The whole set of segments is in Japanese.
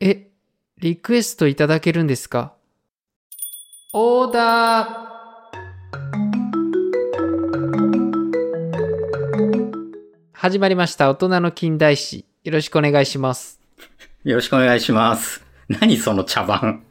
え、リクエストいただけるんですかオーダー始まりました。大人の近代史。よろしくお願いします。よろしくお願いします。何その茶番。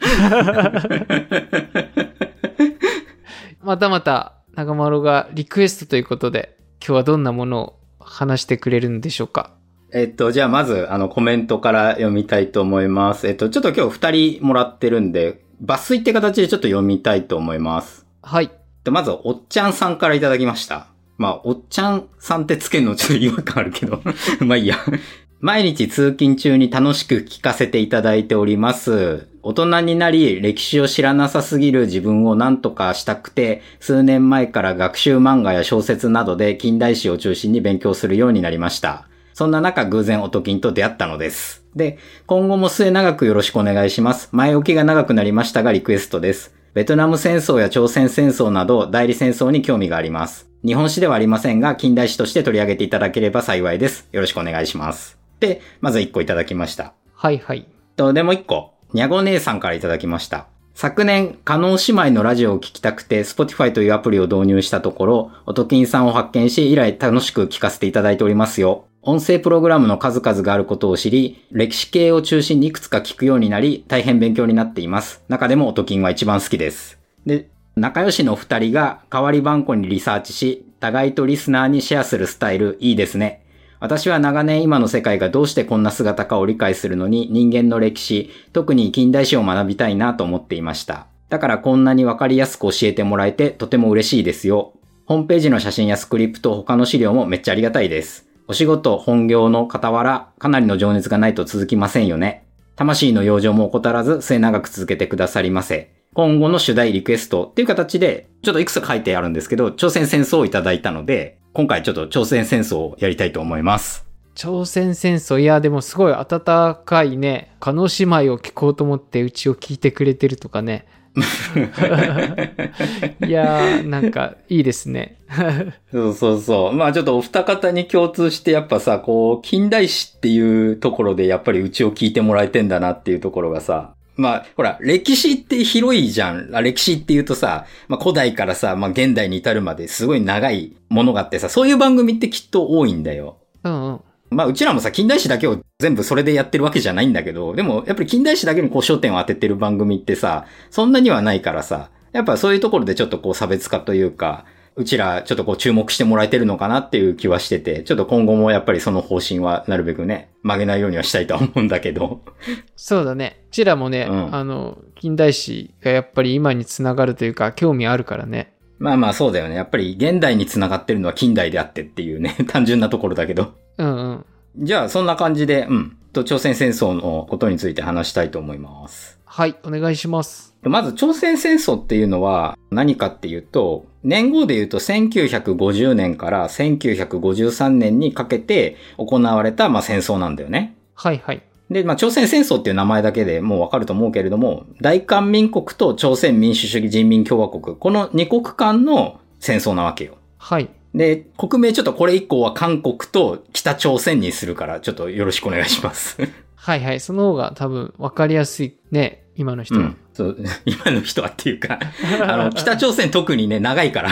またまた、中丸がリクエストということで、今日はどんなものを話してくれるんでしょうかえっと、じゃあまず、あの、コメントから読みたいと思います。えっと、ちょっと今日二人もらってるんで、抜粋って形でちょっと読みたいと思います。はい。えっとまず、おっちゃんさんからいただきました。まあ、おっちゃんさんってつけるのちょっと違和感あるけど。 まあいいや。毎日通勤中に楽しく聞かせていただいております。大人になり、歴史を知らなさすぎる自分を何とかしたくて、数年前から学習漫画や小説などで近代史を中心に勉強するようになりました。そんな中、偶然おときんと出会ったのです。で、今後も末長くよろしくお願いします。前置きが長くなりましたが、リクエストです。ベトナム戦争や朝鮮戦争など代理戦争に興味があります。日本史ではありませんが、近代史として取り上げていただければ幸いです。よろしくお願いします。で、まず1個いただきました。はいはい。と、でもう1個、にゃご姉さんからいただきました。昨年、加納姉妹のラジオを聞きたくて、Spotify というアプリを導入したところ、おときんさんを発見し、以来楽しく聞かせていただいておりますよ。音声プログラムの数々があることを知り、歴史系を中心にいくつか聞くようになり、大変勉強になっています。中でもおときんは一番好きです。で、仲良しのお二人が代わり番号にリサーチし、互いとリスナーにシェアするスタイル、いいですね。私は長年今の世界がどうしてこんな姿かを理解するのに人間の歴史、特に近代史を学びたいなと思っていました。だからこんなにわかりやすく教えてもらえてとても嬉しいですよ。ホームページの写真やスクリプト、他の資料もめっちゃありがたいです。お仕事、本業の傍ら、かなりの情熱がないと続きませんよね。魂の養生も怠らず末永く続けてくださりませ。今後の主題リクエストっていう形で、ちょっといくつか書いてあるんですけど、朝鮮戦争をいただいたので、今回ちょっと朝鮮戦争をやりたいと思います。朝鮮戦争、いや、でもすごい温かいね。加納姉妹を聞こうと思って、うちを聞いてくれてるとかね。 いやー、なんか、いいですね。そうそうそう。まあちょっとお二方に共通してやっぱさ、こう、近代史っていうところでやっぱりうちを聞いてもらえてんだなっていうところがさ、まあ、ほら、歴史って広いじゃん。あ歴史って言うとさ、まあ古代からさ、まあ現代に至るまですごい長いものがあってさ、そういう番組ってきっと多いんだよ。うんうん。まあ、うちらもさ、近代史だけを全部それでやってるわけじゃないんだけど、でも、やっぱり近代史だけにこう焦点を当ててる番組ってさ、そんなにはないからさ、やっぱそういうところでちょっとこう差別化というか、うちらちょっとこう注目してもらえてるのかなっていう気はしてて、ちょっと今後もやっぱりその方針はなるべくね、曲げないようにはしたいとは思うんだけど。 そうだね。うちらもね、うんあの、近代史がやっぱり今につながるというか、興味あるからね。まあまあそうだよね。やっぱり現代に繋がってるのは近代であってっていうね、 単純なところだけど。うんうん。じゃあ、そんな感じで、うん。と、朝鮮戦争のことについて話したいと思います。はい、お願いします。まず朝鮮戦争っていうのは何かっていうと、年号で言うと1950年から1953年にかけて行われた、まあ、戦争なんだよね。はいはい。で、まあ、朝鮮戦争っていう名前だけでもうわかると思うけれども、大韓民国と朝鮮民主主義人民共和国、この二国間の戦争なわけよ。はい。で、国名ちょっとこれ以降は韓国と北朝鮮にするから、ちょっとよろしくお願いします。はいはい。その方が多分分かりやすいね、今の人は。 そう、今の人はっていうか、あの、北朝鮮特にね、長いから。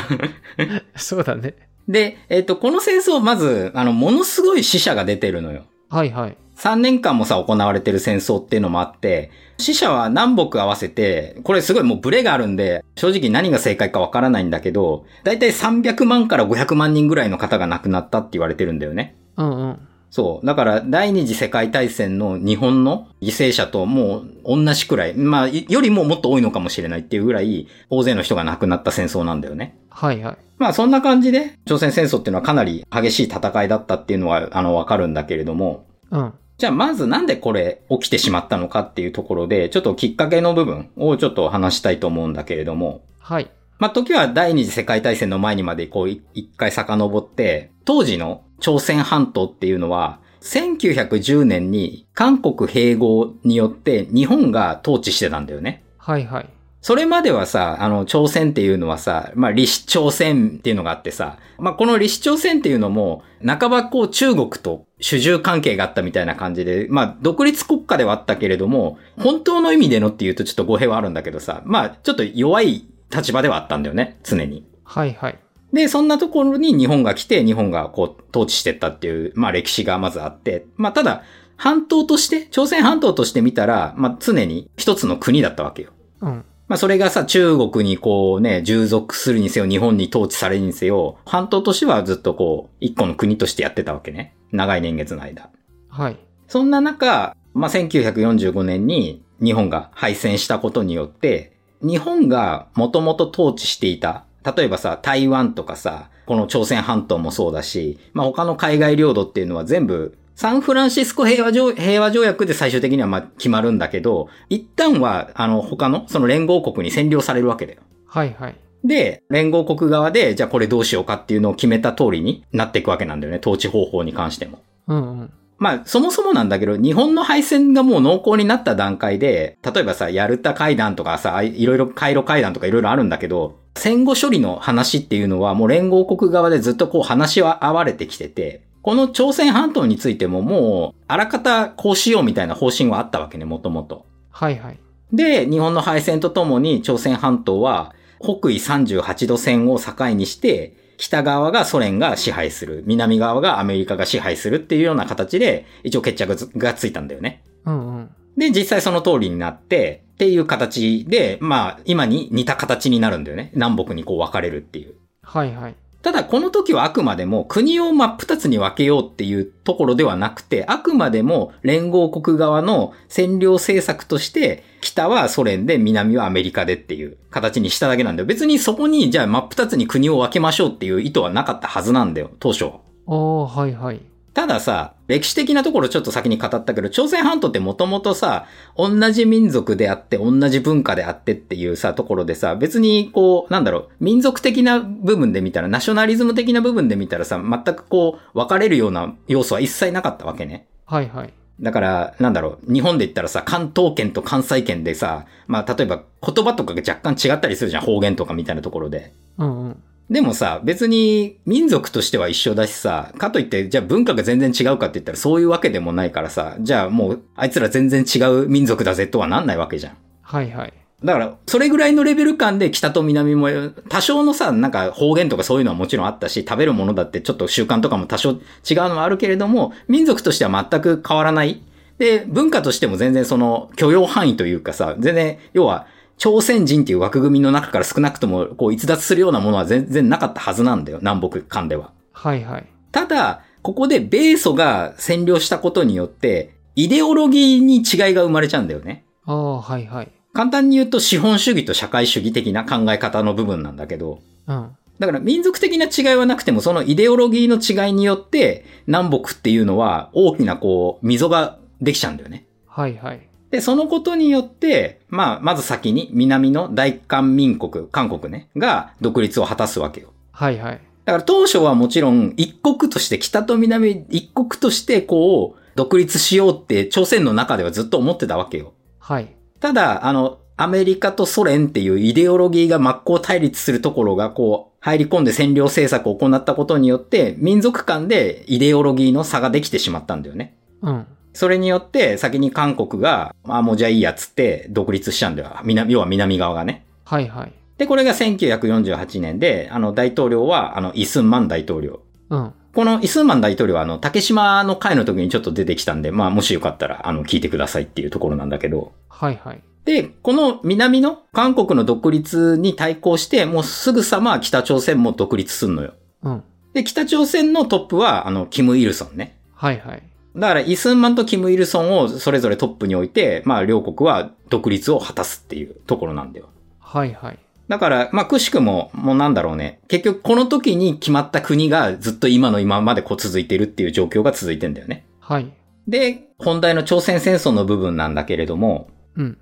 そうだね。で、えっ、と、この戦争、まず、あの、ものすごい死者が出てるのよ。はいはい。 3年間もさ、行われてる戦争っていうのもあって、死者は南北合わせて、これすごいもうブレがあるんで、正直何が正解かわからないんだけど、だいたい300万から500万人ぐらいの方が亡くなったって言われてるんだよね。うんうん。そう。だから、第二次世界大戦の日本の犠牲者ともう同じくらい、まあ、いよりももっと多いのかもしれないっていうぐらい、大勢の人が亡くなった戦争なんだよね。はいはい。まあそんな感じで、朝鮮戦争っていうのはかなり激しい戦いだったっていうのは、あの、わかるんだけれども、うん。じゃあまずなんでこれ起きてしまったのかっていうところで、ちょっときっかけの部分をちょっと話したいと思うんだけれども、はい。まあ時は第二次世界大戦の前にまでこうい一回遡って、当時の朝鮮半島っていうのは、1910年に韓国併合によって日本が統治してたんだよね。はいはい。それまではさ、あの、朝鮮っていうのはさ、まあ、李氏朝鮮っていうのがあってさ、まあ、この李氏朝鮮っていうのも、半ばこう中国と主従関係があったみたいな感じで、まあ、独立国家ではあったけれども、本当の意味でのっていうとちょっと語弊はあるんだけどさ、まあ、ちょっと弱い立場ではあったんだよね、常に。はいはい。で、そんなところに日本が来て、日本がこう、統治してったっていう、まあ歴史がまずあって、まあただ、半島として、朝鮮半島として見たら、まあ常に一つの国だったわけよ。うん。まあそれがさ、中国にこうね、従属するにせよ、日本に統治されるにせよ、半島としてはずっとこう、一個の国としてやってたわけね。長い年月の間。はい。そんな中、まあ、1945年に日本が敗戦したことによって、日本がもともと統治していた、例えばさ、台湾とかさ、この朝鮮半島もそうだし、まあ、他の海外領土っていうのは全部、サンフランシスコ平和条平和条約で最終的にはまあ決まるんだけど、一旦は、あの、他の、その連合国に占領されるわけだよ。はいはい。で、連合国側で、じゃあこれどうしようかっていうのを決めた通りになっていくわけなんだよね、統治方法に関しても。うんうん。まあ、そもそもなんだけど、日本の敗戦がもう濃厚になった段階で、例えばさ、ヤルタ会談とかさ、あいいろいろカイロ会談とかいろいろあるんだけど、戦後処理の話っていうのはもう連合国側でずっとこう話は合われてきてて、この朝鮮半島についてももう、あらかたこうしようみたいな方針はあったわけね、もともと。はいはい。で、日本の敗戦とともに朝鮮半島は北緯38度線を境にして、北側がソ連が支配する、南側がアメリカが支配するっていうような形で、一応決着がついたんだよね。うんうん。で、実際その通りになって、っていう形で、まあ、今に似た形になるんだよね。南北にこう分かれるっていう。はいはい。ただこの時はあくまでも国を真っ二つに分けようっていうところではなくて、あくまでも連合国側の占領政策として、北はソ連で南はアメリカでっていう形にしただけなんだよ。別にそこにじゃあ真っ二つに国を分けましょうっていう意図はなかったはずなんだよ、当初は。ああ、はいはい。たださ、歴史的なところちょっと先に語ったけど、朝鮮半島ってもともとさ、同じ民族であって、同じ文化であってっていうさ、ところでさ、別にこう、なんだろう、民族的な部分で見たら、ナショナリズム的な部分で見たらさ、全くこう、分かれるような要素は一切なかったわけね。はいはい。だから、なんだろう、日本で言ったらさ、関東圏と関西圏でさ、まあ、例えば言葉とかが若干違ったりするじゃん、方言とかみたいなところで。うんうん。でもさ、別に民族としては一緒だしさ、かといって、じゃあ文化が全然違うかって言ったらそういうわけでもないからさ、じゃあもう、あいつら全然違う民族だぜとはなんないわけじゃん。はいはい。だから、それぐらいのレベル感で北と南も、多少のさ、なんか方言とかそういうのはもちろんあったし、食べるものだってちょっと習慣とかも多少違うのはあるけれども、民族としては全く変わらない。で、文化としても全然その許容範囲というかさ、全然、要は、朝鮮人っていう枠組みの中から少なくとも、こう逸脱するようなものは全然なかったはずなんだよ、南北間では。はいはい。ただ、ここで米ソが占領したことによって、イデオロギーに違いが生まれちゃうんだよね。ああ、はいはい。簡単に言うと資本主義と社会主義的な考え方の部分なんだけど、うん。だから民族的な違いはなくても、そのイデオロギーの違いによって、南北っていうのは大きなこう、溝ができちゃうんだよね。はいはい。で、そのことによって、まあ、まず先に南の大韓民国、韓国ね、が独立を果たすわけよ。はいはい。だから当初はもちろん一国として、北と南一国としてこう、独立しようって朝鮮の中ではずっと思ってたわけよ。はい。ただ、あの、アメリカとソ連っていうイデオロギーが真っ向対立するところがこう、入り込んで占領政策を行ったことによって、民族間でイデオロギーの差ができてしまったんだよね。うん。それによって、先に韓国が、あ、もうじゃあいいやっつって独立しちゃうんだよ。南、要は南側がね。はいはい。で、これが1948年で、あの、大統領は、あの、イスンマン大統領。うん。このイスンマン大統領は、あの、竹島の会の時にちょっと出てきたんで、まあ、もしよかったら、あの、聞いてくださいっていうところなんだけど。はいはい。で、この南の韓国の独立に対抗して、もうすぐさま北朝鮮も独立すんのよ。うん。で、北朝鮮のトップは、あの、キム・イルソンね。はいはい。だから、イスンマンとキム・イルソンをそれぞれトップに置いて、まあ、両国は独立を果たすっていうところなんだよ。はいはい。だから、まあ、くしくも、もうなんだろうね。結局、この時に決まった国がずっと今の今までこう続いてるっていう状況が続いてんだよね。はい。で、本題の朝鮮戦争の部分なんだけれども、うん。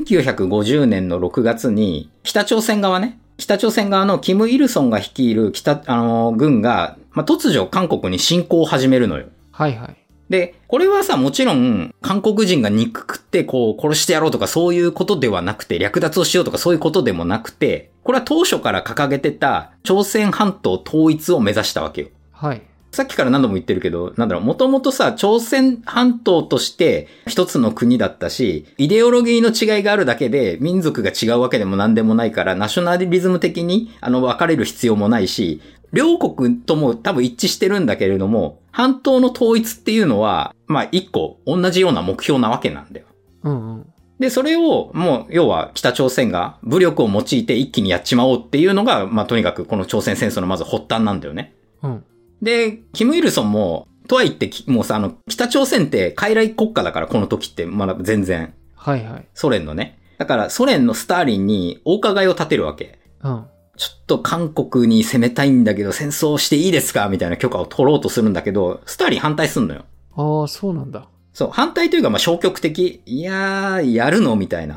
1950年の6月に、北朝鮮側ね、北朝鮮側のキム・イルソンが率いる北、あのー、軍が、まあ、突如韓国に侵攻を始めるのよ。はいはい。で、これはさ、もちろん、韓国人が憎くって、こう、殺してやろうとかそういうことではなくて、略奪をしようとかそういうことでもなくて、これは当初から掲げてた朝鮮半島統一を目指したわけよ。はい。さっきから何度も言ってるけど、なんだろう、もともとさ、朝鮮半島として一つの国だったし、イデオロギーの違いがあるだけで、民族が違うわけでも何でもないから、ナショナリズム的に、あの、分かれる必要もないし、両国とも多分一致してるんだけれども、半島の統一っていうのは、まあ一個、同じような目標なわけなんだよ。うんうん。で、それを、もう、要は、北朝鮮が武力を用いて一気にやっちまおうっていうのが、まあとにかくこの朝鮮戦争のまず発端なんだよね。うん。で、キム・イルソンも、とはいってき、もうさ、あの、北朝鮮って傀儡国家だから、この時って、まだ全然、はいはい。ソ連のね。だから、ソ連のスターリンにお伺いを立てるわけ。うん。ちょっと韓国に攻めたいんだけど、戦争していいですかみたいな許可を取ろうとするんだけど、スターリン反対すんのよ。ああ、そうなんだ。そう、反対というか、まあ、消極的。いやー、やるのみたいな。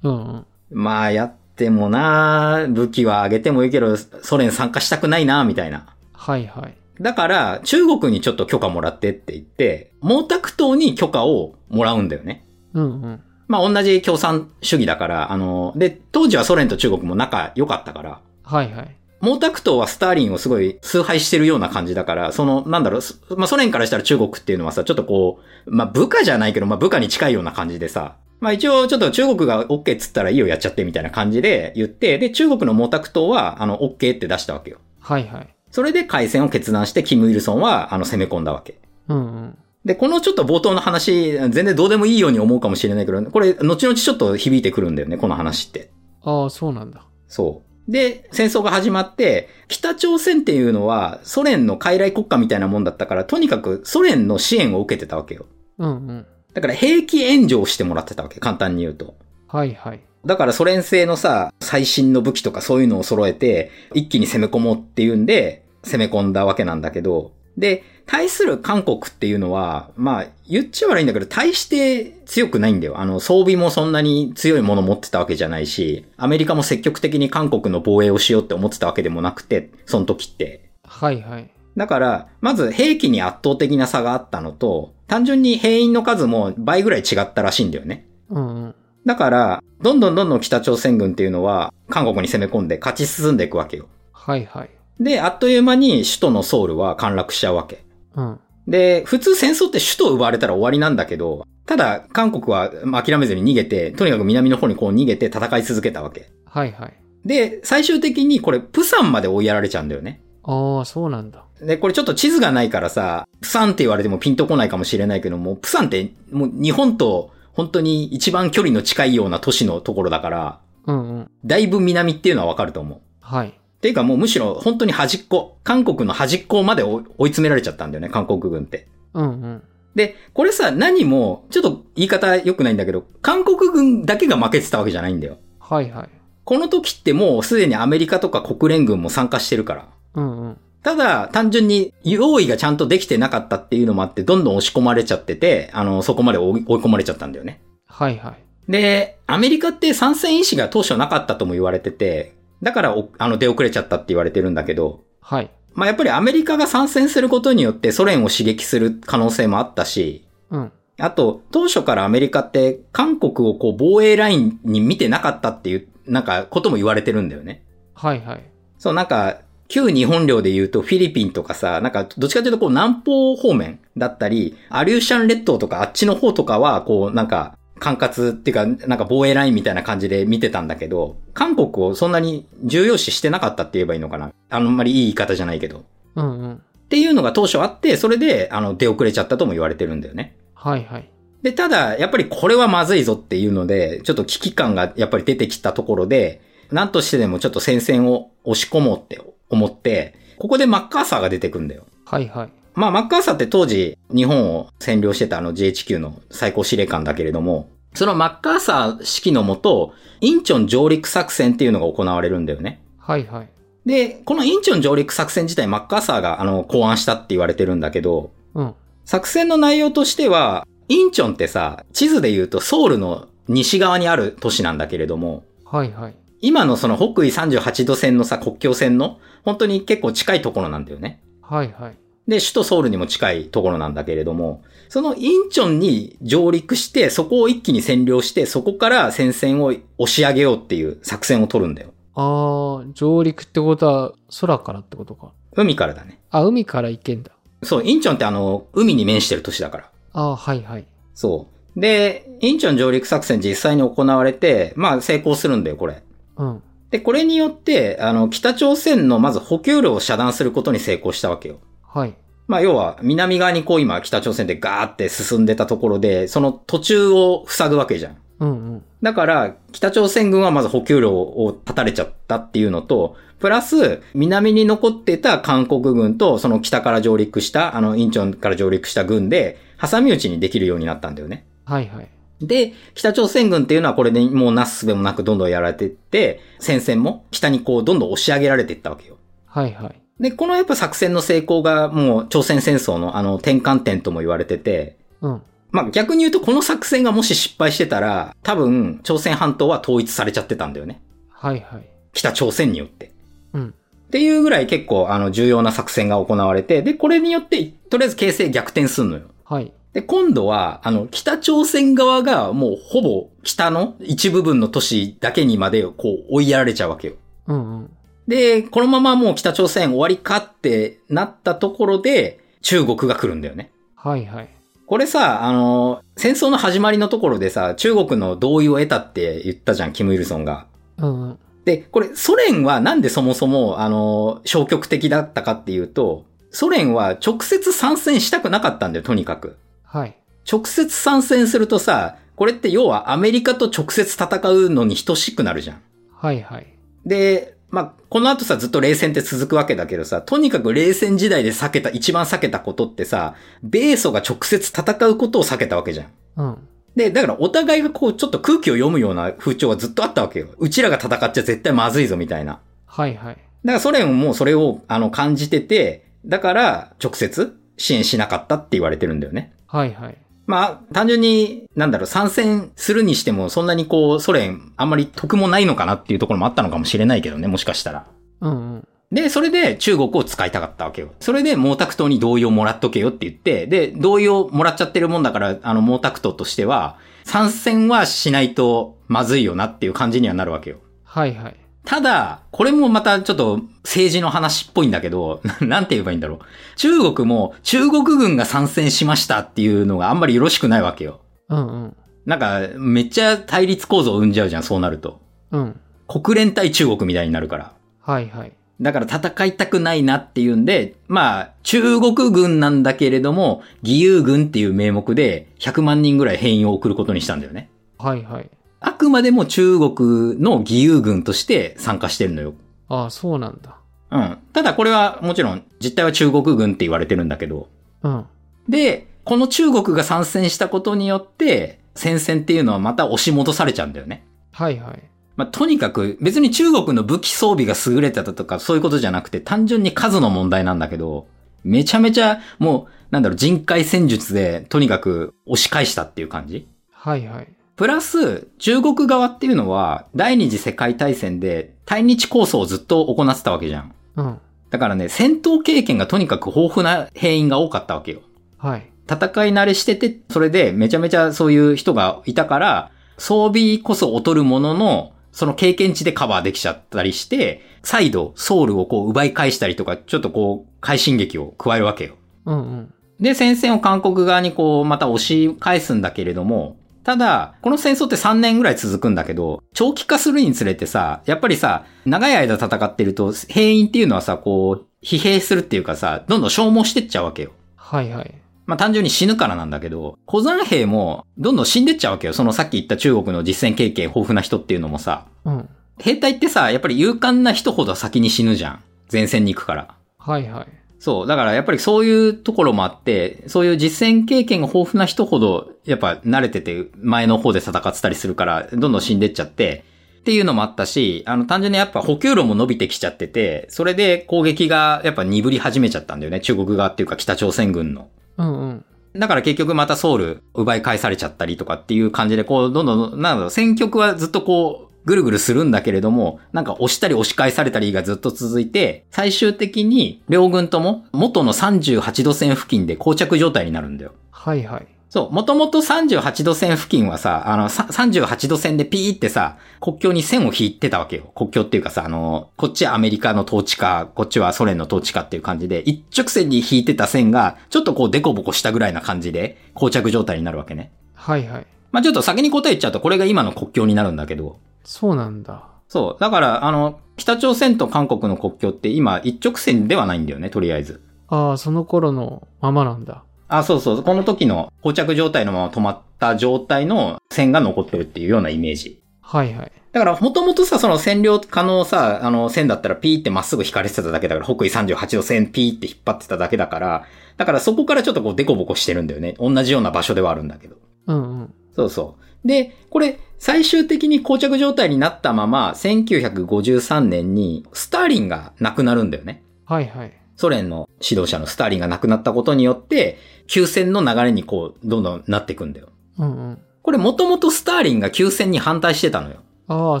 うんうん。まあ、やってもなー、武器は上げてもいいけど、ソ連参加したくないなー、みたいな。はいはい。だから、中国にちょっと許可もらってって言って、毛沢東に許可をもらうんだよね。うんうん。まあ、同じ共産主義だから、あの、で、当時はソ連と中国も仲良かったから、はいはい。毛沢東はスターリンをすごい崇拝してるような感じだから、その、なんだろう、すまあ、ソ連からしたら中国っていうのはさ、ちょっとこう、まあ、部下じゃないけど、まあ、部下に近いような感じでさ、まあ、一応ちょっと中国が OK っつったらいいよやっちゃってみたいな感じで言って、で、中国の毛沢東は、あの、OK って出したわけよ。はいはい。それで開戦を決断して、キム・イルソンは、あの、攻め込んだわけ。うんうん。で、このちょっと冒頭の話、全然どうでもいいように思うかもしれないけど、これ、後々ちょっと響いてくるんだよね、この話って。ああ、そうなんだ。そう。で、戦争が始まって、北朝鮮っていうのは、ソ連の傀儡国家みたいなもんだったから、とにかくソ連の支援を受けてたわけよ。うんうん。だから兵器援助をしてもらってたわけ、簡単に言うと。はいはい。だからソ連製のさ、最新の武器とかそういうのを揃えて、一気に攻め込もうっていうんで、攻め込んだわけなんだけど、で、対する韓国っていうのは、まあ、言っちゃ悪いんだけど、対して強くないんだよ。あの、装備もそんなに強いもの持ってたわけじゃないし、アメリカも積極的に韓国の防衛をしようって思ってたわけでもなくて、その時って。はいはい。だから、まず兵器に圧倒的な差があったのと、単純に兵員の数も倍ぐらい違ったらしいんだよね。うんうん。だから、どんどんどんどん北朝鮮軍っていうのは、韓国に攻め込んで勝ち進んでいくわけよ。はいはい。で、あっという間に首都のソウルは陥落しちゃうわけ。うん。で、普通戦争って首都を奪われたら終わりなんだけど、ただ、韓国はまあ諦めずに逃げて、とにかく南の方にこう逃げて戦い続けたわけ。はいはい。で、最終的にこれ、プサンまで追いやられちゃうんだよね。ああ、そうなんだ。で、これちょっと地図がないからさ、プサンって言われてもピンとこないかもしれないけども、プサンってもう日本と本当に一番距離の近いような都市のところだから、うんうん。だいぶ南っていうのはわかると思う。はい。っていうかもうむしろ本当に端っこ、韓国の端っこまで追い追い詰められちゃったんだよね、韓国軍って。うんうん。で、これさ、何も、ちょっと言い方良くないんだけど、韓国軍だけが負けてたわけじゃないんだよ。はいはい。この時ってもうすでにアメリカとか国連軍も参加してるから。うんうん。ただ、単純に用意がちゃんとできてなかったっていうのもあって、どんどん押し込まれちゃってて、あの、そこまで追い追い込まれちゃったんだよね。はいはい。で、アメリカって参戦意思が当初なかったとも言われてて、だからお、あの、出遅れちゃったって言われてるんだけど、はい。まあ、やっぱりアメリカが参戦することによってソ連を刺激する可能性もあったし、うん。あと、当初からアメリカって韓国をこう防衛ラインに見てなかったっていう、なんかことも言われてるんだよね。はいはい。そう、なんか、旧日本領で言うとフィリピンとかさ、なんかどっちかというとこう南方方面だったり、アリューシャン列島とかあっちの方とかは、こうなんか、管轄っていうか、なんか防衛ラインみたいな感じで見てたんだけど、韓国をそんなに重要視してなかったって言えばいいのかな。あんまりいい言い方じゃないけど。うんうん。っていうのが当初あって、それで、あの、出遅れちゃったとも言われてるんだよね。はいはい。で、ただ、やっぱりこれはまずいぞっていうので、ちょっと危機感がやっぱり出てきたところで、なんとしてでもちょっと戦線を押し込もうって思って、ここでマッカーサーが出てくんだよ。はいはい。まあ、マッカーサーって当時、日本を占領してたあの GHQ の最高司令官だけれども、そのマッカーサー指揮のもと、インチョン上陸作戦っていうのが行われるんだよね。はいはい。で、このインチョン上陸作戦自体マッカーサーがあの、考案したって言われてるんだけど、うん。作戦の内容としては、インチョンってさ、地図で言うとソウルの西側にある都市なんだけれども、はいはい。今のその北緯38度線のさ、国境線の、本当に結構近いところなんだよね。はいはい。で、首都ソウルにも近いところなんだけれども、そのインチョンに上陸して、そこを一気に占領して、そこから戦線を押し上げようっていう作戦を取るんだよ。ああ、上陸ってことは空からってことか。海からだね。あ、海から行けんだ。そう、インチョンってあの、海に面してる都市だから。ああ、はいはい。そう。で、インチョン上陸作戦実際に行われて、まあ成功するんだよ、これ。うん。で、これによって、あの、北朝鮮のまず補給路を遮断することに成功したわけよ。はい。まあ、要は、南側にこう今、北朝鮮でガーって進んでたところで、その途中を塞ぐわけじゃん。うんうん。だから、北朝鮮軍はまず補給路を断たれちゃったっていうのと、プラス、南に残ってた韓国軍と、その北から上陸した、あの、インチョンから上陸した軍で、挟み撃ちにできるようになったんだよね。はいはい。で、北朝鮮軍っていうのはこれでもうなすすべもなくどんどんやられてって、戦線も北にこうどんどん押し上げられていったわけよ。はいはい。で、このやっぱ作戦の成功がもう朝鮮戦争のあの転換点とも言われてて、うん。まあ逆に言うとこの作戦がもし失敗してたら、多分朝鮮半島は統一されちゃってたんだよね。はいはい。北朝鮮によって。うん。っていうぐらい結構あの重要な作戦が行われて、で、これによってとりあえず形勢逆転すんのよ。はい。で、今度は、あの、北朝鮮側がもうほぼ北の一部分の都市だけにまでこう追いやられちゃうわけよ。うんうん。で、このままもう北朝鮮終わりかってなったところで、中国が来るんだよね。はいはい。これさ、あの、戦争の始まりのところでさ、中国の同意を得たって言ったじゃん、キム・イルソンが。うんうん。で、これ、ソ連はなんでそもそも、あの、消極的だったかっていうと、ソ連は直接参戦したくなかったんだよ、とにかく。はい。直接参戦するとさ、これって要はアメリカと直接戦うのに等しくなるじゃん。はいはい。で、まあ、この後さ、ずっと冷戦って続くわけだけどさ、とにかく冷戦時代で避けた、一番避けたことってさ、米ソが直接戦うことを避けたわけじゃん。うん。で、だからお互いがこう、ちょっと空気を読むような風潮がずっとあったわけよ。うちらが戦っちゃ絶対まずいぞ、みたいな。はいはい。だからソ連もそれを、あの、感じてて、だから、直接支援しなかったって言われてるんだよね。はいはい。まあ、単純に、なんだろう、参戦するにしても、そんなにこう、ソ連、あんまり得もないのかなっていうところもあったのかもしれないけどね、もしかしたら。うんうん。で、それで中国を使いたかったわけよ。それで毛沢東に同意をもらっとけよって言って、で、同意をもらっちゃってるもんだから、あの、毛沢東としては、参戦はしないとまずいよなっていう感じにはなるわけよ。はいはい。ただ、これもまたちょっと政治の話っぽいんだけど、 ななんて言えばいいんだろう。中国も中国軍が参戦しましたっていうのがあんまりよろしくないわけよ。うんうん。なんか、めっちゃ対立構造を生んじゃうじゃん、そうなると。うん。国連対中国みたいになるから。はいはい。だから戦いたくないなっていうんで、まあ、中国軍なんだけれども、義勇軍っていう名目で100万人ぐらい兵員を送ることにしたんだよね。はいはい。あくまでも中国の義勇軍として参加してるのよ。ああ、そうなんだ。うん。ただこれはもちろん実態は中国軍って言われてるんだけど。うん。で、この中国が参戦したことによって、戦線っていうのはまた押し戻されちゃうんだよね。はいはい。まあ、とにかく、別に中国の武器装備が優れてたとか、そういうことじゃなくて、単純に数の問題なんだけど、めちゃめちゃ、もう、なんだろう、人海戦術で、とにかく押し返したっていう感じはいはい。プラス、中国側っていうのは、第二次世界大戦で、対日構想をずっと行ってたわけじゃん。うん。だからね、戦闘経験がとにかく豊富な兵員が多かったわけよ。はい。戦い慣れしてて、それでめちゃめちゃそういう人がいたから、装備こそ劣るものの、その経験値でカバーできちゃったりして、再度ソウルをこう奪い返したりとか、ちょっとこう、快進撃を加えるわけよ。うんうん。で、戦線を韓国側にこう、また押し返すんだけれども、ただ、この戦争って3年ぐらい続くんだけど、長期化するにつれてさ、やっぱりさ、長い間戦ってると、兵員っていうのはさ、こう、疲弊するっていうかさ、どんどん消耗してっちゃうわけよ。はいはい。まあ、単純に死ぬからなんだけど、古山兵もどんどん死んでっちゃうわけよ。そのさっき言った中国の実戦経験豊富な人っていうのもさ。うん。兵隊ってさ、やっぱり勇敢な人ほど先に死ぬじゃん。前線に行くから。はいはい。そう。だからやっぱりそういうところもあって、そういう実戦経験が豊富な人ほど、やっぱ慣れてて前の方で戦ってたりするから、どんどん死んでっちゃって、っていうのもあったし、あの単純にやっぱ補給路も伸びてきちゃってて、それで攻撃がやっぱ鈍り始めちゃったんだよね。中国側っていうか北朝鮮軍の。うんうん。だから結局またソウル奪い返されちゃったりとかっていう感じで、こう、どんどん、なんだろう、戦局はずっとこう、ぐるぐるするんだけれども、なんか押したり押し返されたりがずっと続いて、最終的に両軍とも元の38度線付近で膠着状態になるんだよ。はいはい。そう、もともと38度線付近はさ、あの、さ38度線でピーってさ、国境に線を引いてたわけよ。国境っていうかさ、あの、こっちはアメリカの統治か、こっちはソ連の統治かっていう感じで、一直線に引いてた線が、ちょっとこうデコボコしたぐらいな感じで、膠着状態になるわけね。はいはい。まあ、ちょっと先に答え言っちゃうと、これが今の国境になるんだけど。そうなんだ。そう。だから、あの、北朝鮮と韓国の国境って今、一直線ではないんだよね、とりあえず。ああ、その頃のままなんだ。あ、そうそう。この時の膠着状態のまま止まった状態の線が残ってるっていうようなイメージ。はいはい。だから、もともとさ、その占領可能さ、あの、線だったらピーってまっすぐ引かれてただけだから、北緯38度線ピーって引っ張ってただけだから、だからそこからちょっとこうデコボコしてるんだよね。同じような場所ではあるんだけど。うんうん。そうそう。で、これ、最終的に膠着状態になったまま、1953年にスターリンが亡くなるんだよね。はいはい。ソ連の指導者のスターリンが亡くなったことによって、休戦の流れにこう、どんどんなっていくんだよ。うんうん。これもともとスターリンが休戦に反対してたのよ。ああ、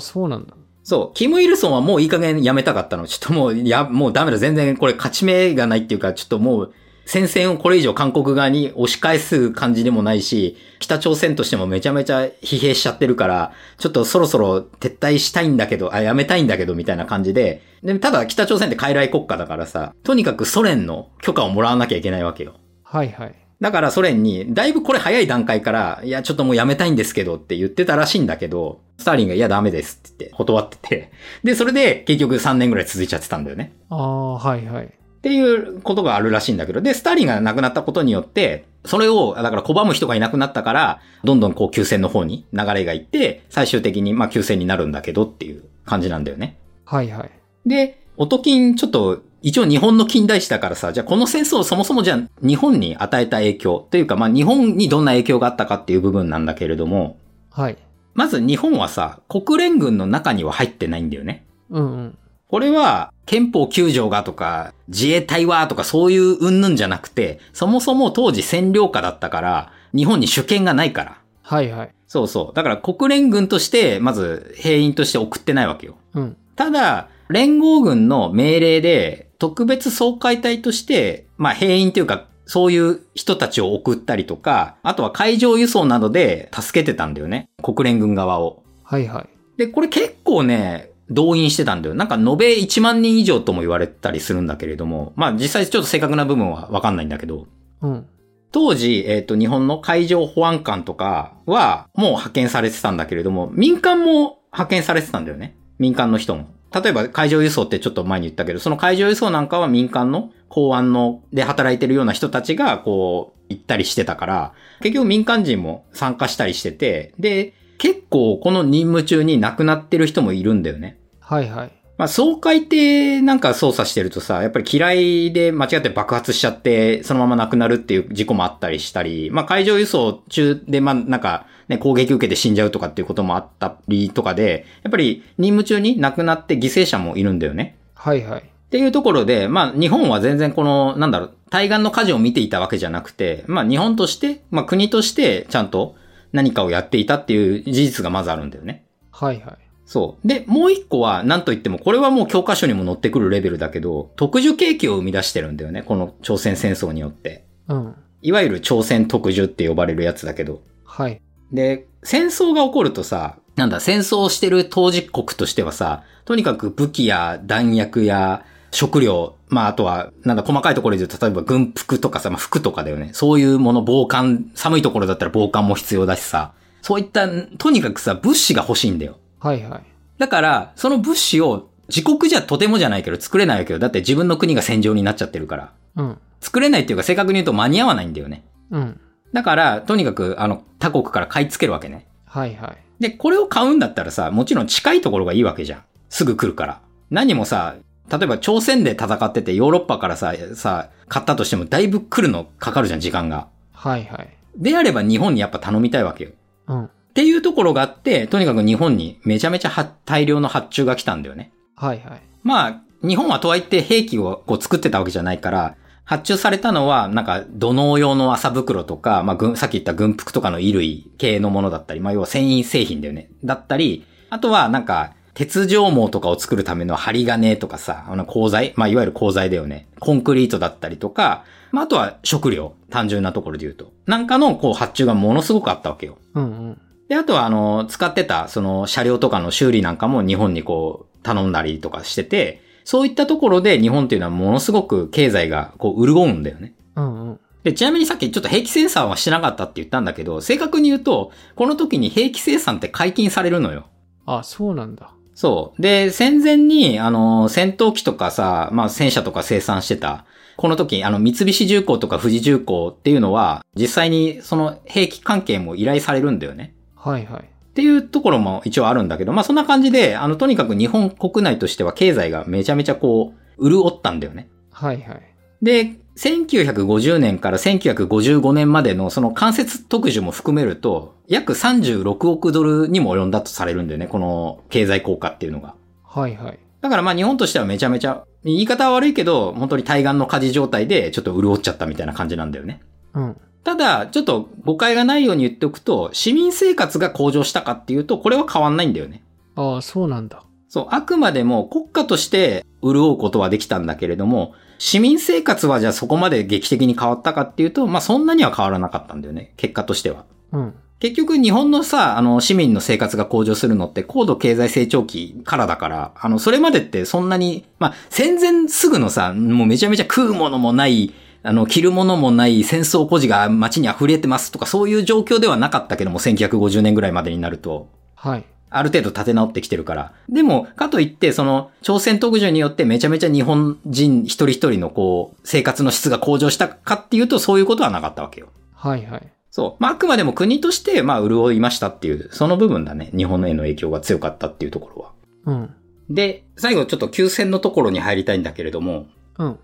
そうなんだ。そう。キム・イルソンはもういい加減やめたかったの。ちょっともう、いや、もうダメだ。全然これ勝ち目がないっていうか、ちょっともう、戦線をこれ以上韓国側に押し返す感じでもないし、北朝鮮としてもめちゃめちゃ疲弊しちゃってるから、ちょっとそろそろ撤退したいんだけど、あ、やめたいんだけど、みたいな感じで。で、ただ北朝鮮って傀儡国家だからさ、とにかくソ連の許可をもらわなきゃいけないわけよ。はいはい。だからソ連に、だいぶこれ早い段階から、いや、ちょっともうやめたいんですけどって言ってたらしいんだけど、スターリンが、いや、ダメですって言って、断ってて。で、それで結局3年ぐらい続いちゃってたんだよね。ああ、はいはい。っていうことがあるらしいんだけど、で、スターリンが亡くなったことによって、それを、だから拒む人がいなくなったから、どんどんこう、休戦の方に流れがいって、最終的に、まあ、休戦になるんだけどっていう感じなんだよね。はいはい。で、音金、ちょっと、一応日本の近代史だからさ、じゃあこの戦争をそもそもじゃあ日本に与えた影響というか、まあ日本にどんな影響があったかっていう部分なんだけれども、はい。まず日本はさ、国連軍の中には入ってないんだよね。うんうん。これは憲法9条がとか、自衛隊はとかそういう云々じゃなくて、そもそも当時占領下だったから、日本に主権がないから。はいはい。そうそう。だから国連軍として、まず兵員として送ってないわけよ。うん。ただ、連合軍の命令で、特別総会隊として、まあ、兵員というか、そういう人たちを送ったりとか、あとは海上輸送などで助けてたんだよね。国連軍側を。はいはい。で、これ結構ね、動員してたんだよ。なんか延べ1万人以上とも言われたりするんだけれども、まあ実際ちょっと正確な部分はわかんないんだけど、うん。当時、えっ、と、日本の海上保安官とかは、もう派遣されてたんだけれども、民間も派遣されてたんだよね。民間の人も。例えば、海上輸送ってちょっと前に言ったけど、その海上輸送なんかは民間の公安の、で働いてるような人たちが、こう、行ったりしてたから、結局民間人も参加したりしてて、で、結構この任務中に亡くなってる人もいるんだよね。はいはい。まあ、総会艇なんか操作してるとさ、やっぱり嫌いで間違って爆発しちゃって、そのまま亡くなるっていう事故もあったりしたり、まあ、海上輸送中で、まあ、なんか、ね、攻撃受けて死んじゃうとかっていうこともあったりとかで、やっぱり任務中に亡くなって犠牲者もいるんだよね。はいはい。っていうところで、まあ、日本は全然この、なんだろう、対岸の火事を見ていたわけじゃなくて、まあ、日本として、まあ、国として、ちゃんと何かをやっていたっていう事実がまずあるんだよね。はいはい。そう。で、もう一個は、なんといっても、これはもう教科書にも載ってくるレベルだけど、特殊景気を生み出してるんだよね。この朝鮮戦争によって。うん。いわゆる朝鮮特需って呼ばれるやつだけど。はい。で、戦争が起こるとさ、なんだ、戦争をしてる当事国としてはさ、とにかく武器や弾薬や食料、まああとは、なんだ、細かいところで言うと、例えば軍服とかさ、まあ服とかだよね。そういうもの、防寒、寒いところだったら防寒も必要だしさ、そういった、とにかくさ、物資が欲しいんだよ。はいはい。だから、その物資を自国じゃとてもじゃないけど作れないわけよ。だって自分の国が戦場になっちゃってるから。うん。作れないっていうか正確に言うと間に合わないんだよね。うん。だから、とにかく、あの、他国から買い付けるわけね。はいはい。で、これを買うんだったらさ、もちろん近いところがいいわけじゃん。すぐ来るから。何もさ、例えば朝鮮で戦っててヨーロッパからさ、さ、買ったとしてもだいぶ来るのかかるじゃん、時間が。はいはい。であれば日本にやっぱ頼みたいわけよ。うん。っていうところがあって、とにかく日本にめちゃめちゃは大量の発注が来たんだよね。はいはい。まあ、日本はとはいって兵器をこう作ってたわけじゃないから、発注されたのは、なんか、土のう用の麻袋とか、まあ、軍さっき言った軍服とかの衣類系のものだったり、まあ、要は繊維製品だよね。だったり、あとは、なんか、鉄条網とかを作るための針金とかさ、あの鋼材、まあ、いわゆる鋼材だよね。コンクリートだったりとか、まあ、あとは食料、単純なところで言うと。なんかの、こう、発注がものすごくあったわけよ。うんうん。で、あとは、あの、使ってた、その、車両とかの修理なんかも日本にこう、頼んだりとかしてて、そういったところで日本っていうのはものすごく経済が、こう、潤うんだよね。うんうん。で、ちなみにさっきちょっと兵器生産はしてなかったって言ったんだけど、正確に言うと、この時に兵器生産って解禁されるのよ。あ、そうなんだ。そう。で、戦前に、あの、戦闘機とかさ、まあ、戦車とか生産してた。この時、あの、三菱重工とか富士重工っていうのは、実際にその兵器関係も依頼されるんだよね。はいはい。っていうところも一応あるんだけど、まあ、そんな感じで、あの、とにかく日本国内としては経済がめちゃめちゃこう、潤ったんだよね。はいはい。で、1950年から1955年までのその間接特需も含めると、約36億ドルにも及んだとされるんだよね、この経済効果っていうのが。はいはい。だからまあ日本としてはめちゃめちゃ、言い方は悪いけど、本当に対岸の火事状態でちょっと潤っちゃったみたいな感じなんだよね。うん。ただ、ちょっと誤解がないように言っておくと、市民生活が向上したかっていうと、これは変わんないんだよね。ああ、そうなんだ。そう、あくまでも国家として潤うことはできたんだけれども、市民生活はじゃあそこまで劇的に変わったかっていうと、まあそんなには変わらなかったんだよね、結果としては。うん。結局日本のさ、あの市民の生活が向上するのって高度経済成長期からだから、あのそれまでってそんなに、まあ戦前すぐのさ、もうめちゃめちゃ食うものもない、あの着るものもない戦争孤児が街に溢れてますとかそういう状況ではなかったけども、1950年ぐらいまでになると。はい。ある程度立て直ってきてるから。でも、かといって、その、朝鮮特需によってめちゃめちゃ日本人一人一人のこう、生活の質が向上したかっていうと、そういうことはなかったわけよ。はいはい。そう。まあ、あくまでも国として、まあ、潤いましたっていう、その部分だね。日本への影響が強かったっていうところは。うん。で、最後ちょっと休戦のところに入りたいんだけれども、うん。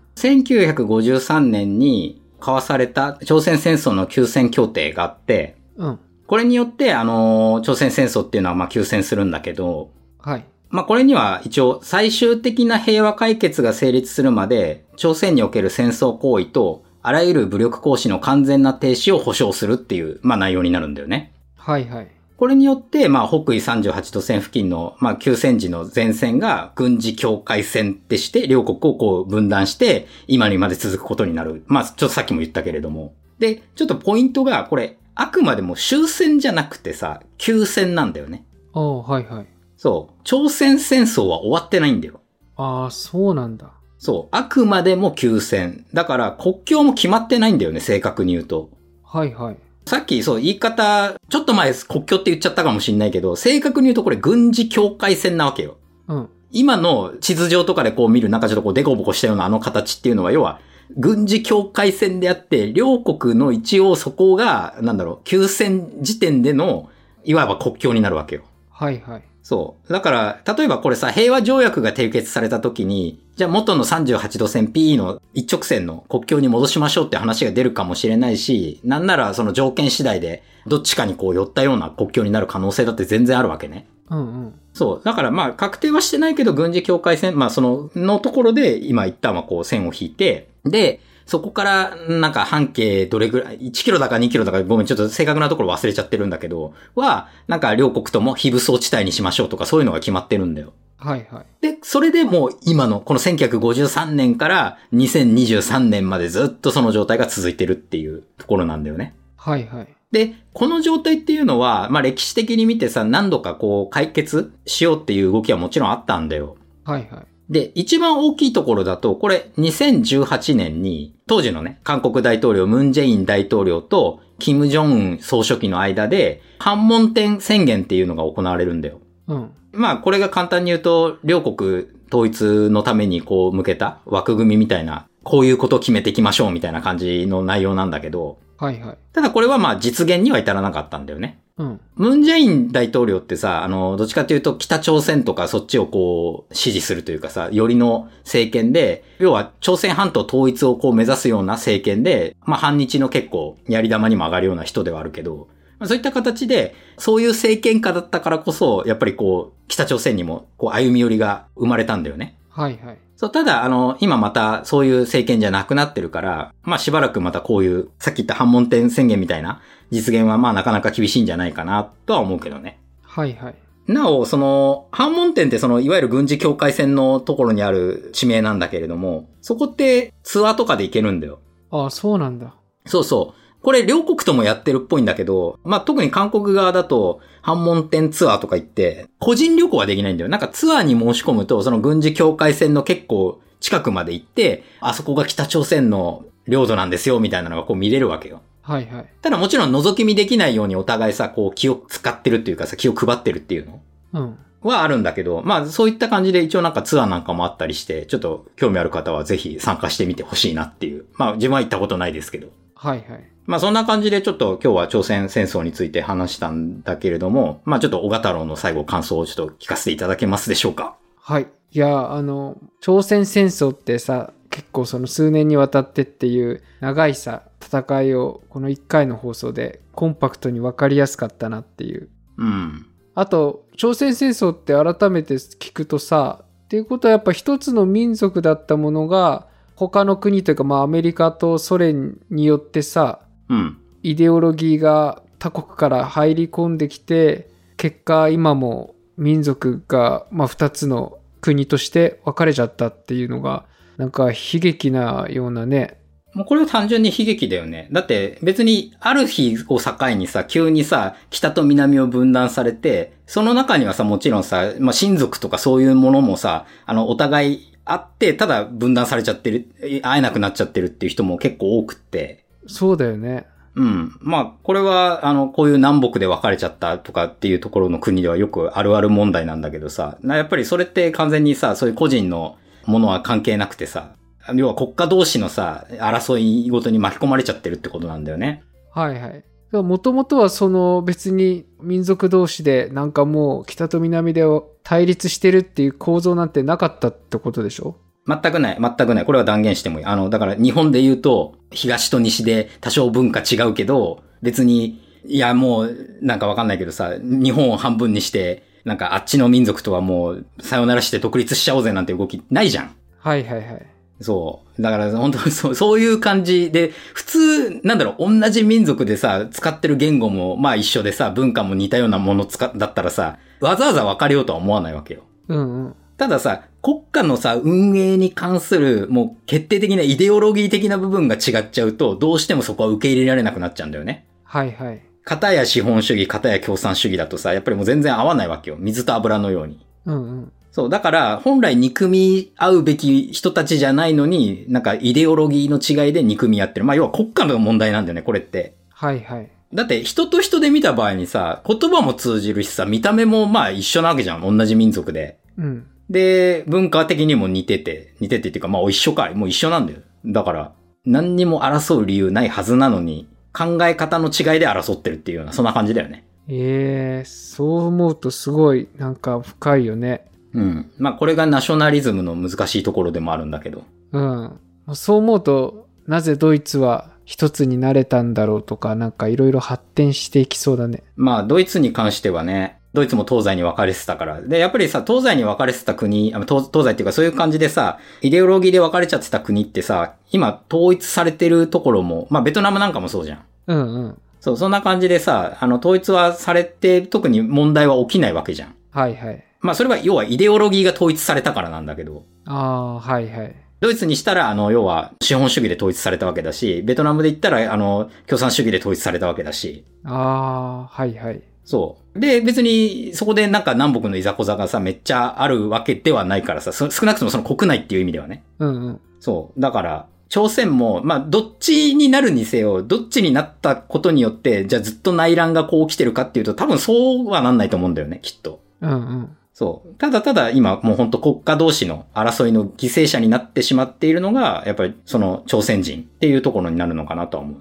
1953年に交わされた朝鮮戦争の休戦協定があって、うん。これによって、あの、朝鮮戦争っていうのはまあ休戦するんだけど、はい。まあ、これには一応最終的な平和解決が成立するまで、朝鮮における戦争行為と、あらゆる武力行使の完全な停止を保障するっていう、まあ、内容になるんだよね。はいはい。これによって、まあ、北緯38度線付近の、まあ、休戦時の前線が軍事境界線ってして、両国をこう分断して、今にまで続くことになる。まあ、ちょっとさっきも言ったけれども。で、ちょっとポイントが、これ、あくまでも終戦じゃなくてさ、休戦なんだよね。ああ、はいはい。そう。朝鮮戦争は終わってないんだよ。ああ、そうなんだ。そう。あくまでも休戦。だから国境も決まってないんだよね、正確に言うと。はいはい。さっき、そう、言い方、ちょっと前国境って言っちゃったかもしんないけど、正確に言うとこれ軍事境界線なわけよ。うん。今の地図上とかでこう見る、なんかちょっとこうデコボコしたようなあの形っていうのは、要は、軍事境界線であって、両国の一応そこが、なんだろう、休戦時点での、いわば国境になるわけよ。はいはい。そう。だから、例えばこれさ、平和条約が締結された時に、じゃあ元の38度線 PE の一直線の国境に戻しましょうって話が出るかもしれないし、なんならその条件次第で、どっちかにこう寄ったような国境になる可能性だって全然あるわけね。うんうん。そう。だからまあ、確定はしてないけど、軍事境界線、まあその、のところで、今一旦はこう線を引いて、で、そこから、なんか半径どれぐらい、1キロだか2キロだか、ごめん、ちょっと正確なところ忘れちゃってるんだけど、は、なんか両国とも非武装地帯にしましょうとか、そういうのが決まってるんだよ。はいはい。で、それでもう今の、この1953年から2023年までずっとその状態が続いてるっていうところなんだよね。はいはい。で、この状態っていうのは、まあ歴史的に見てさ、何度かこう解決しようっていう動きはもちろんあったんだよ。はいはい。で、一番大きいところだと、これ2018年に、当時のね、韓国大統領ムンジェイン大統領と、キム・ジョンウン総書記の間で、反問点宣言っていうのが行われるんだよ。うん。まあ、これが簡単に言うと、両国統一のためにこう向けた枠組みみたいな、こういうことを決めていきましょうみたいな感じの内容なんだけど、はいはい。ただこれはまあ実現には至らなかったんだよね。うん。ムンジェイン大統領ってさ、あの、どっちかというと北朝鮮とかそっちをこう支持するというかさ、よりの政権で、要は朝鮮半島統一をこう目指すような政権で、まあ反日の結構やり玉にも上がるような人ではあるけど、まあそういった形で、そういう政権下だったからこそ、やっぱりこう、北朝鮮にもこう歩み寄りが生まれたんだよね。はいはい。そう、ただ、あの、今またそういう政権じゃなくなってるから、まあしばらくまたこういう、さっき言った反問点宣言みたいな実現はまあなかなか厳しいんじゃないかなとは思うけどね。はいはい。なお、その、反問店ってその、いわゆる軍事境界線のところにある地名なんだけれども、そこってツアーとかで行けるんだよ。ああ、そうなんだ。そうそう。これ両国ともやってるっぽいんだけど、まあ、特に韓国側だと、反問店ツアーとか行って、個人旅行はできないんだよ。なんかツアーに申し込むと、その軍事境界線の結構近くまで行って、あそこが北朝鮮の領土なんですよ、みたいなのがこう見れるわけよ。はいはい。ただもちろん覗き見できないようにお互いさ、こう気を使ってるっていうかさ、気を配ってるっていうのうん。はあるんだけど、まあそういった感じで一応なんかツアーなんかもあったりして、ちょっと興味ある方はぜひ参加してみてほしいなっていう。まあ自分は行ったことないですけど。はいはい。まあそんな感じでちょっと今日は朝鮮戦争について話したんだけれども、まあちょっと小型太郎の最後感想をちょっと聞かせていただけますでしょうか。はい。いや、あの、朝鮮戦争ってさ、結構その数年にわたってっていう長いさ、戦いをこの1回の放送でコンパクトに分かりやすかったなっていう。うん。あと、朝鮮戦争って改めて聞くとさ、っていうことはやっぱ一つの民族だったものが、他の国というか、まあアメリカとソ連によってさ、うん。イデオロギーが他国から入り込んできて結果今も民族が、まあ、2つの国として分かれちゃったっていうのがなんか悲劇なようなねもうこれは単純に悲劇だよね。だって別にある日を境にさ、急にさ、北と南を分断されて、その中にはさ、もちろんさ、まあ、親族とかそういうものもさ、あの、お互いあって、ただ分断されちゃってる、え会えなくなっちゃってるっていう人も結構多くって。そうだよねうん。まあ、これは、あの、こういう南北で分かれちゃったとかっていうところの国ではよくあるある問題なんだけどさ、なやっぱりそれって完全にさ、そういう個人のものは関係なくてさ、要は国家同士のさ、争いごとに巻き込まれちゃってるってことなんだよね。はいはいもともとはその別に民族同士でなんかもう北と南で対立してるっていう構造なんてなかったってことでしょ全くない、全くない。これは断言してもいい。あの、だから日本で言うと、東と西で多少文化違うけど、別に、いやもう、なんかわかんないけどさ、日本を半分にして、なんかあっちの民族とはもう、さよならして独立しちゃおうぜなんて動きないじゃん。はいはいはいそう。だから、本当にそう、 そういう感じで、普通、なんだろう、同じ民族でさ、使ってる言語も、まあ一緒でさ、文化も似たようなもの使っ、だったらさ、わざわざ分かれようとは思わないわけよ。うんうんたださ、国家のさ、運営に関する、もう決定的なイデオロギー的な部分が違っちゃうと、どうしてもそこは受け入れられなくなっちゃうんだよね。はいはい片や資本主義、片や共産主義だとさ、やっぱりもう全然合わないわけよ。水と油のように。うんうんそう、だから、本来憎み合うべき人たちじゃないのに、なんか、イデオロギーの違いで憎み合ってる。まあ、要は国家の問題なんだよね、これって。はいはいだって、人と人で見た場合にさ、言葉も通じるしさ、見た目もまあ一緒なわけじゃん、同じ民族で。うんで、文化的にも似てて、似ててっていうか、まあ一緒か、もう一緒なんだよ。だから、何にも争う理由ないはずなのに、考え方の違いで争ってるっていうような、そんな感じだよね。ええそう思うとすごいなんか深いよね。うん。まあ、これがナショナリズムの難しいところでもあるんだけど。うん。そう思うとなぜドイツは一つになれたんだろうとかなんかいろいろ発展していきそうだね。まあ、ドイツに関してはね、ドイツも東西に分かれてたから。で、やっぱりさ、東西に分かれてた国、あ東東西っていうかそういう感じでさ、イデオロギーで分かれちゃってた国ってさ、今統一されてるところも、まあ、ベトナムなんかもそうじゃん。うんうん。そう、そんな感じでさ、あの、統一はされて、特に問題は起きないわけじゃん。はいはい。まあ、それは、要はイデオロギーが統一されたからなんだけど。ああ、はいはい。ドイツにしたら、あの、要は、資本主義で統一されたわけだし、ベトナムで言ったら、あの、共産主義で統一されたわけだし、ああ、はいはい。そう。で、別に、そこでなんか南北のいざこざがさ、めっちゃあるわけではないからさ、そ少なくともその国内っていう意味ではね。うんうん。そう。だから、朝鮮も、まあ、どっちになるにせよ、どっちになったことによって、じゃあずっと内乱がこう起きてるかっていうと、多分そうはなんないと思うんだよね、きっと。うんうん。そう。ただただ今もう本当国家同士の争いの犠牲者になってしまっているのが、やっぱりその朝鮮人っていうところになるのかなとは思う。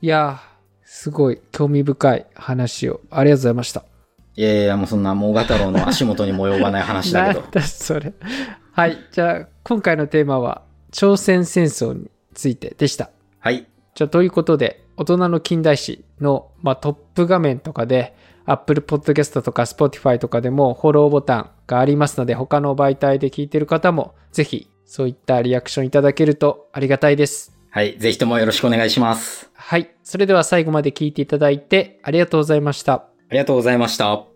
いやー、すごい興味深い話をありがとうございました。いやいや、もうそんなもう太郎の足元にも及ばない話だけど なん。だそれ。はい。じゃあ今回のテーマは朝鮮戦争についてでした。はい。じゃあ、ということで、大人の近代史の、まあ、トップ画面とかで、Apple Podcast とか Spotify とかでもフォローボタンがありますので、他の媒体で聞いてる方も、ぜひそういったリアクションいただけるとありがたいです。はい。ぜひともよろしくお願いします。はい。それでは最後まで聞いていただいてありがとうございました。ありがとうございました。